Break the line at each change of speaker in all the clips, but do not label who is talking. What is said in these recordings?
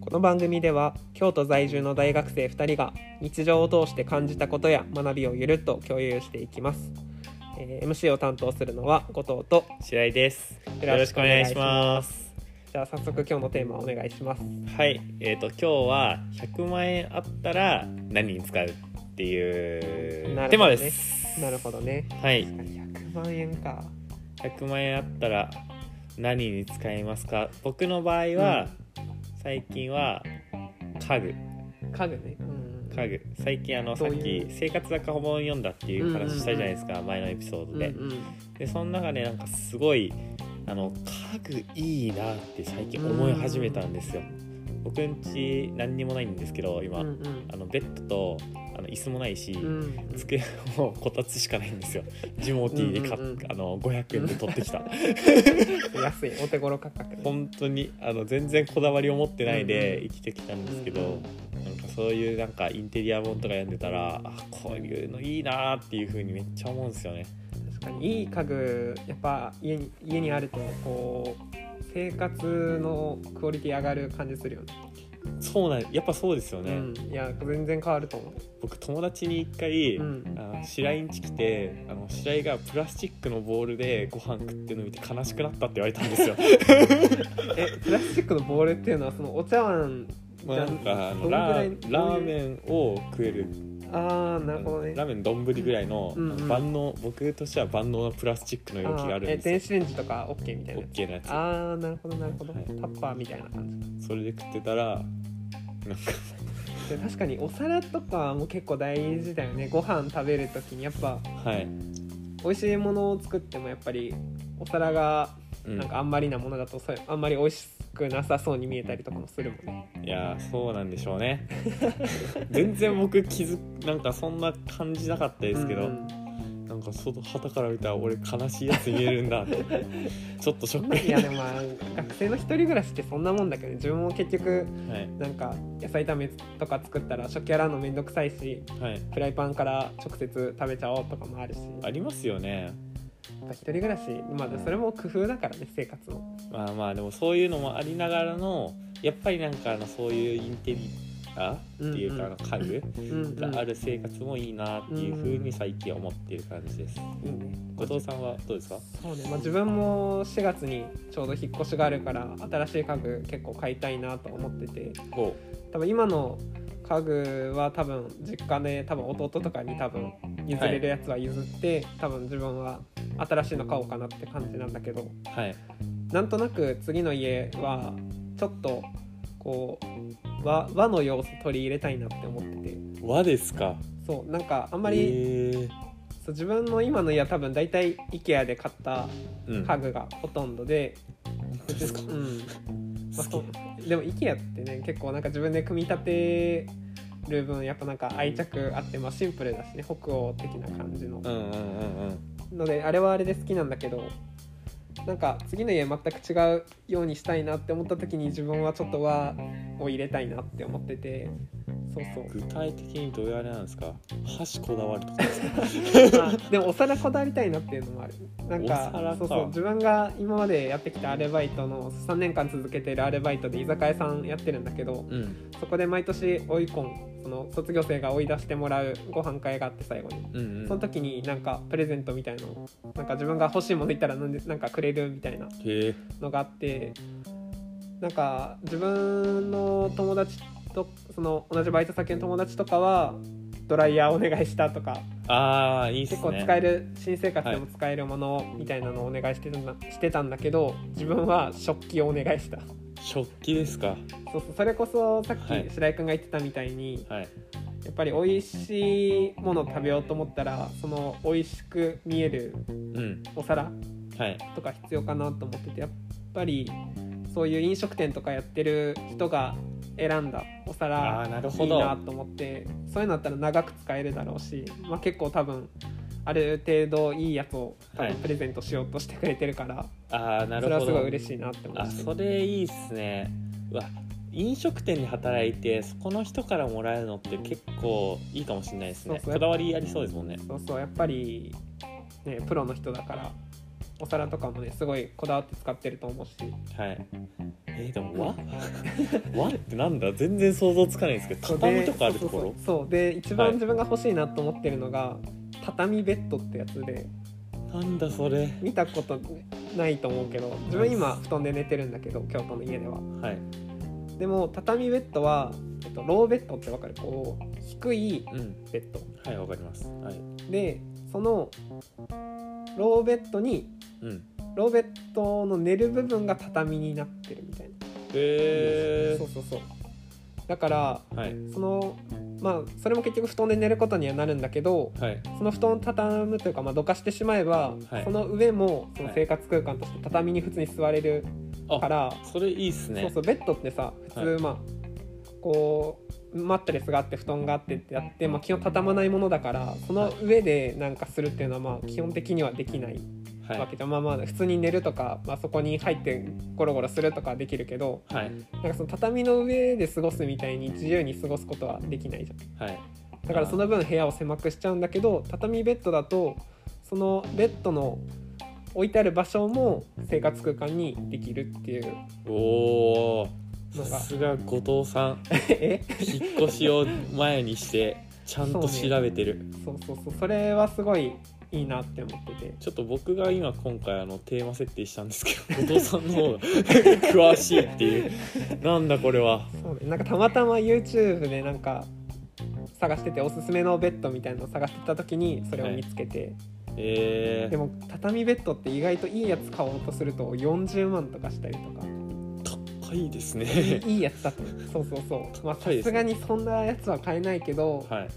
この番組では京都在住の大学生2人が日常を通して感じたことや学びをゆるっと共有していきます、えー MC を担当するのは後藤と
白井です。
よ
よ
ろ
ろ
し
し
くお
くお
願
願
い
い
し
し
ま
ます。
じゃあ早速今日のテーマお願いします
はい、えっ、と今日は100万円あったら何に使うっていう
なるほどね
テーマです。
なるほどね
はい、
100万円か
100万円あったら何に使いますか。僕の場合は、最近は家具、
家具ねうん
家具。最近あの
ど
さ
う
っ
いう
き生活雑貨本を読んだっていう話したじゃないですか、前のエピソードで。
うんうん
でその中でなんかすごいあの家具いいなって最近思い始めたんですよ。僕ん家何にもないんですけど今、
うんうん
あのベッドとあの椅子もないし、
うん
机もこたつしかないんですよ。ジモーティーで買っ
うんうんうん
あの500円で取ってきた。
安いお手頃価格ね
本当にあの全然こだわりを持ってない
うん
で
うん
生きてきたんですけ
うんう
ど
ん、
なんかそういうなんかインテリア本とか読んでたらあこういうのいいなっていう風にめっちゃ思うんですよね。
確かにいい家具やっぱ家に家にあるとこう生活のクオリティ上がる感じするよね
そうなんやっぱそうですよね。
うん、いや全然変わると思う、
僕友達に一回、
うん、
あの白井んち来てあの白井がプラスチックのボールでご飯食ってるの見て悲しくなったって言われたんです よ
えプラスチックのボールっていうのはそのお茶碗
まあなんかあ
どの
の
ぐら
ラ
い
ー
どういう
ラーメンを食える
ああなるほどね
ラーメン丼ぐらいの、
うんうん
万能僕としては万能なプラスチックの容器があるん
え電
ですよ
子レンジとか OK みたいな
オ
や
ッ
つ
ケーなやつ
ああなるほどなるほど、
はい
タッパーみたいな感じ
それで食ってたらなんか
で確かにお皿とかも結構大事だよねご飯食べるときにやっぱ
はい、
美味しいものを作ってもやっぱりお皿が
うん
なんかあんまりなものだとそれあんまり美味しくなさそうに見えたりとかもするもんね
いやーそうなんでしょう ね全然僕気づなんかそんな感じなかったですけど、
うんうん
なんか外旗から見たら俺悲しいやつ見えるんだって ちょっとショック
いやでもまあ学生の一人暮らしってそんなもんだけど自分も結局
はい
なんか野菜炒めとか作ったら食器洗うのめんどくさいし
はい
フライパンから直接食べちゃおうとかもあるしや
ありますよね
っぱ一人暮らしまあそれも工夫だからね生活の
まあまあでもそういうのもありながらのやっぱりなんかあのそういうインテリアっていうかあの家具
うんうん
がある生活もいいなっていうふうに最近思ってる感じです
いいね
後藤さんはどうですか
そうね、まあ、自分も4月にちょうど引っ越しがあるから新しい家具結構買いたいなと思ってて
お
多分今の家具は多分実家で多分弟とかに多分譲れるやつは譲って、多分自分は新しいの買おうかなって感じなんだけど
はい
なんとなく次の家はちょっとこう和和の要素取り入れたいなって思ってて
和ですか
そうなんかあん
あ
まり、
え
そう自分の今の家は多分大体 IKEA で買った
うん
家具がほとんどで、
具ですか
うんまあ、
好き
そうでも IKEA ってね結構なんか自分で組み立てる分やっぱなんか愛着あって、まあ、シンプルだしね北欧的な感じの
うんうんうん
のであれはあれで好きなんだけどなんか次の家全く違うようにしたいなって思った時に自分はちょっと和を入れたいなって思っててそうそう
うん具体的にどういうあれなんですか箸こだわるとかですか
まあでもお皿こだわりたいなっていうのもあるなんか
お皿か
そうそう自分が今までやってきたアルバイトの3年間続けてるアルバイトで居酒屋さんやってるんだけど
うん
そこで毎年追い込んその卒業生が追い出してもらうご飯会があって最後に
うんうん
その時になんかプレゼントみたいのなんか自分が欲しいものいたらなんでなんかくれるみたいな
へえ
のがあってなんか自分の友達とその同じバイト先の友達とかはドライヤーお願いしたとか
ああいいっすね
結構使える新生活でも使えるものみたいなのをお願いしてたんだしてたんだけど自分は食器をお願いした
食器ですか
そうそうそれこそさっ
はい
き白井君が言ってたみたいに
はい
やっぱり美味しいものを食べようと思ったらその美味しく見える
うん
お皿
はい
とか必要かなと思っててやっぱりそういう飲食店とかやってる人が選んだお
あ
皿
あなる
い
ほ
い
ど
なと思ってそういうのだったら長く使えるだろうし、まあ、結構多分ある程度いいやつを多
はい
分プレゼントしようとしてくれてるから、
ああな
そ
る
れは
ほ
すごい
ど
嬉しいなって思い
あ
ました
それいいっすねうわ飲食店で働いてそこの人からもらえるのって結構いいかもしれないです
そう
ね
そう
こだわりありそうですもんね
そうそうやっぱり、ね、プロの人だからお皿とかもねすごいこだわって使ってると思うし
はいえー、で も和和ってなんだ全然想像つかないんですけど畳とかあるところ
そうそうそうそうで一
はい
番自分が欲しいなと思ってるのが、畳ベッドってやつで
なんだそれ
見たことないと思うけど自分今布団で寝てるんだけど京都の家では
はい
でも畳ベッドは、えっと、ローベッドってわかるこう低い
うん
ベッド
はいわかりますはい
でそのローベッドに
うん
ローベッドの寝る部分が畳になってるみたいな、
え
そうそうそうだから
ー、はい
そのまあそれも結局布団で寝ることにはなるんだけど
はい
その布団を畳むというか、まあ、どかしてしまえば、
はい
その上もその
はい
生活空間として畳に普通に座れるから、
それいいっすね
そうそうベッドってさ普通、
は
まあこうマットレスがあって布団があってってやって、まあ、基本畳まないものだからその上でなんかするっていうのはまあ基本的にはできない
はい
わけじゃん、まあまあ普通に寝るとか、まあ、そこに入ってゴロゴロするとかはできるけど
はい
なんかその畳の上で過ごすみたいに自由に過ごすことはできないじゃん。
はい
だからその分部屋を狭くしちゃうんだけど畳ベッドだとそのベッドの置いてある場所も生活空間にできるっていう
おお
の
さ
が
すが後藤さん
え
引っ越しを前にしてちゃんと調べてる、
そうそうそうそれはすごいいいなって思ってて
ちょっと僕が今今回あのテーマ設定したんですけ ど後藤さんの方が 詳しいっていうなんだこれは
そうねなんかたまたま YouTube でなんか探してておすすめのベッドみたいなのを探してた時にそれを見つけて、
え
でも畳ベッドって意外といいやつ買おうとすると40万とかしたりとか
ー、高いです
い
ね
いいいやつだとそうそうそうまあさ
高いですね
すがにそんなやつは買えないけど、
はい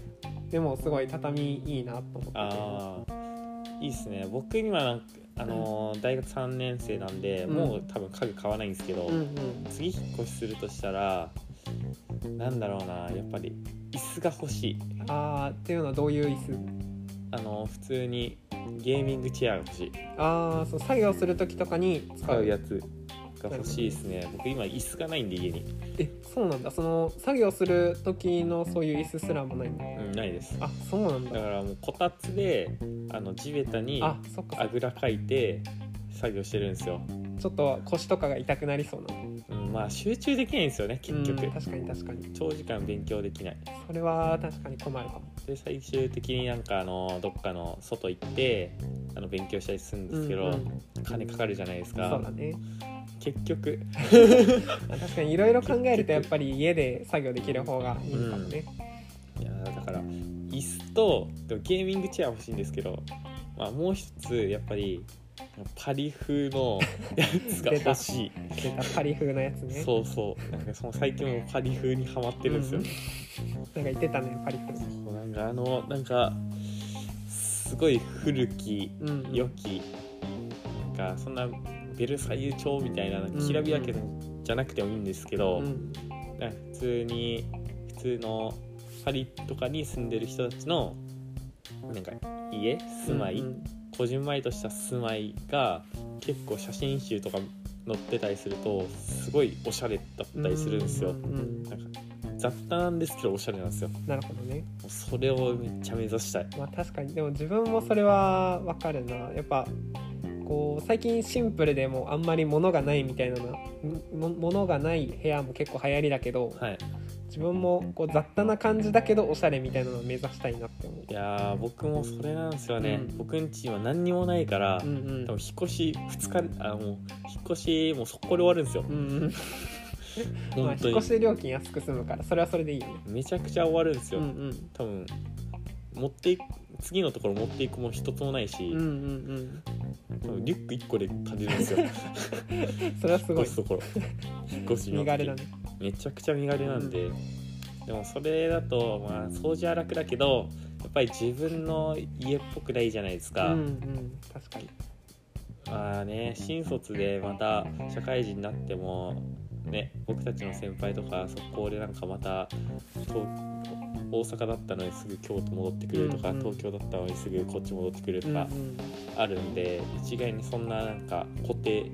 でもすごい畳いいなと思ってて
あーいいっすね僕今なんかあのー大学3年生なんで、
うん
もう多分家具買わないんですけど、
うんうん
次引っ越しするとしたらなんだろうなやっぱり椅子が欲しい
あーっていうのはどういう椅子
あの普通にゲーミングチェアが欲しい
ああそう作業する時とかに使
使
う
うやつが欲しいですね僕今椅子がないんで家に、
えそうなんだその作業する時のそういう椅子すらもないんだ
うん、ないです
あそうなん
だ
だ
からもうこたつであの地べたに
あ
あ
そっかそっか
ぐらかいて作業してるんですよ、
ちょっと腰とかが痛くなりそうな
うん、まあ集中できないんですよね結局
うん確かに確かに
長時間勉強できない
それは確かに困るかも
で最終的になんかあのどっかの外行ってあの勉強したりするんですけど、
うんうん
金かかるじゃないです
そ
か
うだね
結局
確かにいろいろ考えるとやっぱり家で作業できる方がいいかもね、
いやーだから椅子とでもゲーミングチェア欲しいんですけど、まあ、もう一つやっぱりパリ風のやつが欲し
出たパリ風なやつ
い、
ね
そうそうなんかその最近もパリ風にハマってるんですよ、
なんか言ってたねパリ風
そうなんかあのなんかすごい古き
うん
良きなんかそんなベルサイユ調みたいななんかきらびやけじゃなくてもいいんですけど、
うん
なんか普通に普通のパリとかに住んでる人たちのなんか家住まい、
うんうん
こじんまりとした住まいが結構写真集とか載ってたりするとすごいおしゃれだったりするんですよ、
うんうん
なんか雑多なんですけどおしゃれなんですよも
なるほどね、
うそれをめっちゃ目指したい
まあ、確かにでも自分もそれはわかるなやっぱこう最近シンプルでもうあんまり物がないみたいなも物がない部屋も結構流行りだけど、
はい
自分もこう雑多な感じだけどおしゃれみたいなのを目指したいなって思う
いやー僕もそれなんですよね、
うん
僕んちは何にもないから、
うんうん
多分引っ越し2日あもう引っ越しもう速攻で終わるんですよ
うんうん、まあ
本当
引っ
に
越し料金安く済むからそれはそれでいいよね
めちゃくちゃ終わるんです
う
よ、
んうん
多分持っていく次のところ持っていくも一つもないし、
うんうん
多分リュック1個で足りる んですよ
うんそれはすごい
引っ越すところ引っ越しの時
身軽だね
めちゃくちゃ身軽なんで、でもそれだとまあ掃除は楽だけどやっぱり自分の家っぽくないじゃないです
うん
か、
うん確かに
まあね新卒でまた社会人になってもね僕たちの先輩とかそこでなんかまたと大阪だったのにすぐ京都戻ってくるとか、
うんうん
東京だったのにすぐこっち戻ってくると
うんう
か
ん
あるんで、一概にそんななんか固定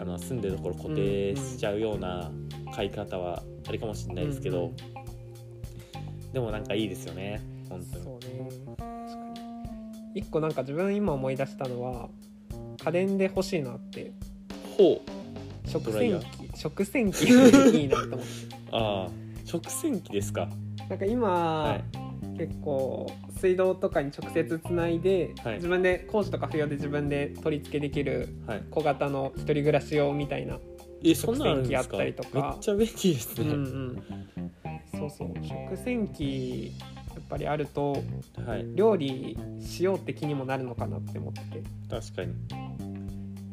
あの住んでるところ固定しちゃうような買い方はあれかもしれないですけど、
うん
でもなんかいいですよね本当に
そうね確かに一個なんか自分今思い出したのは家電で欲しいなって
ほう
食
ドライヤ
洗
ー
機食洗機いいなと思っ
ああ食洗機ですか
てなんか今、
はい
結構水道とかに直接つないで、
はい
自分で工事とか不要で自分で取り付けできる
はい
小型の一人暮らし用みたいな、
えそんなんあるんで
食洗機あ
すか
ったりとか
めっちゃ便利です
う
ね、
んうん、そうそう食洗機やっぱりあると
はい
料理しようって気にもなるのかなって思っててや
確かに
っ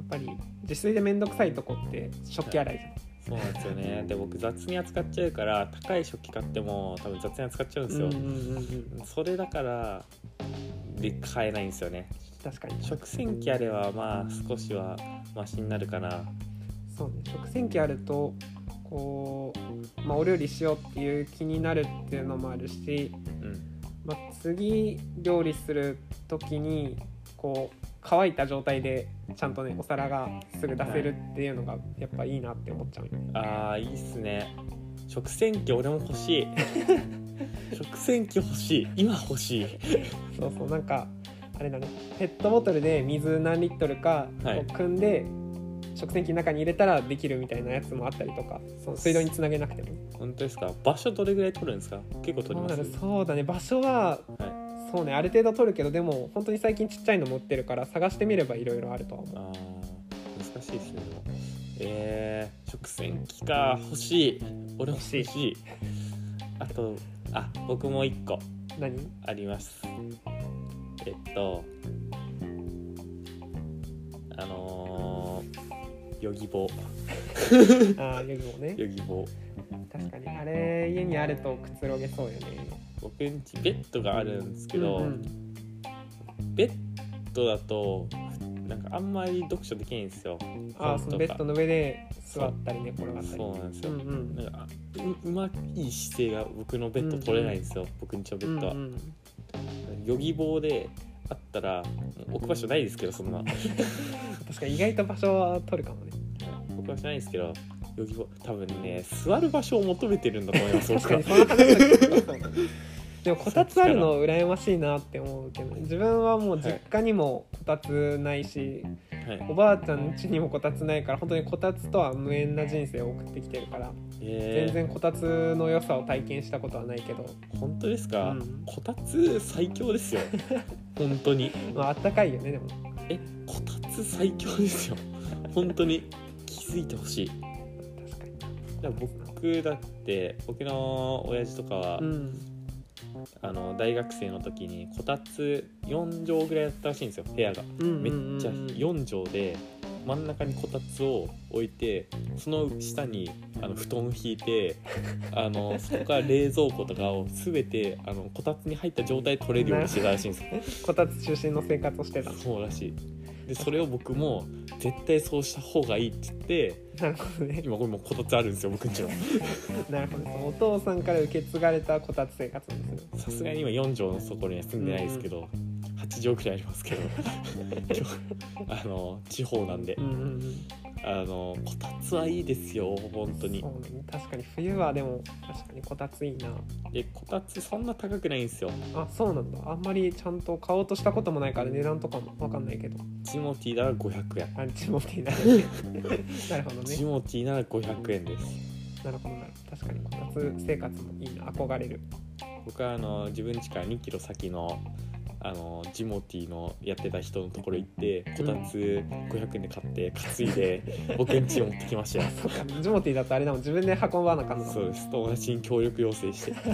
ぱり自炊で面倒くさいとこって食器洗いじゃん、
そうなんですよねで僕雑に扱っちゃうから高い食器買っても多分雑に扱っちゃうんですよ、
うんうんうんうん
それだからで買えないんですよね
確かに
食洗機あればまあ少しはマシになるかな
そうね食洗機あるとこう、まあ、お料理しようっていう気になるっていうのもあるし、
うん
まあ、次料理する時にこう乾いた状態でちゃんとねお皿がすぐ出せるっていうのがやっぱいいなって思っちゃうよね、
あーいいっすね食洗機俺も欲し い食洗機欲しい今欲しい
そうそうなんかあれだねペットボトルで水何リットルか
はい
こう汲んで、食洗機の中に入れたらできるみたいなやつもあったりとかその水道につなげなくてもね
本当ですか場所どれぐらい取るんですか結構取ります
そうだねそうだね場所は
はい
そうねある程度取るけどでも本当に最近ちっちゃいの持ってるから探してみればいろいろあるとは思う
あー難しいですねでもえー、食洗機か欲しい俺も欲しいあとあ僕も1個
何
ありますえっとあのー、ヨギボ
ああヨギボね
ヨギボ
確かにあれ家にあるとくつろげそうよね
僕んちベッドがあるんですけど、
うんうん
ベッドだとなんかあんまり読書できないんですよ
ああ
本
その
とか
ベッドの上で座ったりね転がったり
そうなんです
う
よ、
んうん
なんかううまい姿勢が僕のベッド取れないんですよ、僕んちのベッドは、
うんうん
ヨギ棒であったら置く場所ないですけどそんな
確かに意外と場所は取るかもね
置く場所ないですけどヨギ棒多分ね座る場所を求めてるんだと思います
確かに
僕
その
は
話だけどそうでもこたつあるの羨ましいなって思うけど自分はもう実家にもこたつないし、
はい
おばあちゃん家にもこたつないから本当にこたつとは無縁な人生を送ってきてるから
え
全然こたつの良さを体験したことはないけど、
ー、本当ですか、
うん
こたつ最強ですよ本当に
まああったかいよねでも
えこたつ最強ですよ本当に気づいてほしい
確かに
だから僕だって僕の親父とかは、
うん
あの大学生の時にこたつ4畳ぐらいだったらしいんですよ部屋が
うん
めっちゃ4畳で真ん中にこたつを置いてその下にあの布団を敷 いてあのそこから冷蔵庫とかを全てあのこたつに入った状態で取れるようにしてたらしいんですよ
こたつ中心の生活をしてた
そうらしいでそれを僕も絶対そうした方がいいって言って
なるほどね
今これもうこたつあるんですよ僕んちの
なるほどねお父さんから受け継がれたこたつ生活なんですね
さすがに今4畳のところには住んでないですけど、8畳くらいありますけど今日あの地方なんで
うんうんうん
あのこたつはいいですよ本当に
そうね確かに冬はでも確かにこたついいな
でこたつそんな高くないんですよ
あそうなんだあんまりちゃんと買おうとしたこともないから値段とかも分かんないけど
ジモティーなら500円、
あジモティーな なるほど
ジ
ね
モティーなら500円です
なるほどなるほど確かにこたつ生活もいいな憧れる
僕はあの自分家から2キロ先のあのジモティーのやってた人のところ行ってこたつ500円で買って担いで 僕ん家に持ってきましたよ
そうかジモティーだとあれだもん自分で運ばなあかんの
そうです友達に協力要請して
そう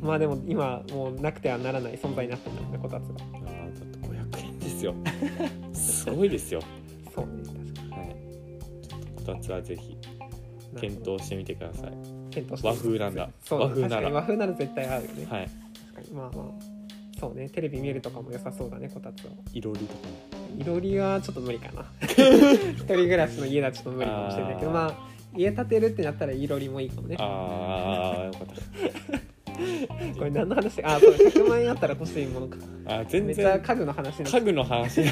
まあでも今もうなくてはならない存在になってるんだもんねこたつが
あーだって500円ですよすごいですよ、
そうね確か
はい、ちょっとこたつはぜひ
に
検討してみてください
検討して
和風なんだ
そう
和風な
確からに和風なら絶対合うよね、
はい
確かにまあまあそうねテレビ見るとかも良さそうだねこたつはい
ろりとかも
いろりはちょっと無理 かな一人暮らしの家だとちょっと無理かもしれないけど
あー
まあ家建てるってなったらいろりもいいかもね
ああよかっ
これ何の話あそう100万円あったら欲しいものか
たあー全
めっちゃ
然
家具の話になっちゃ
家具の話
う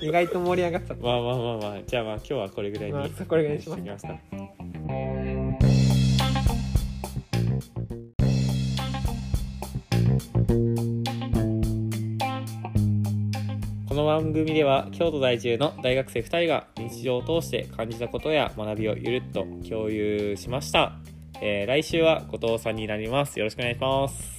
意外と盛り上がっちゃっ
まあまあまあまあじゃあまあ今日はこれぐらい
た、
に、
まあ、これぐらいにします
しておきますかこの番番組では京都在住の大学生2人が日常を通して感じたことや学びをゆるっと共有しました、えー来週は後藤さんになりますよろしくお願いします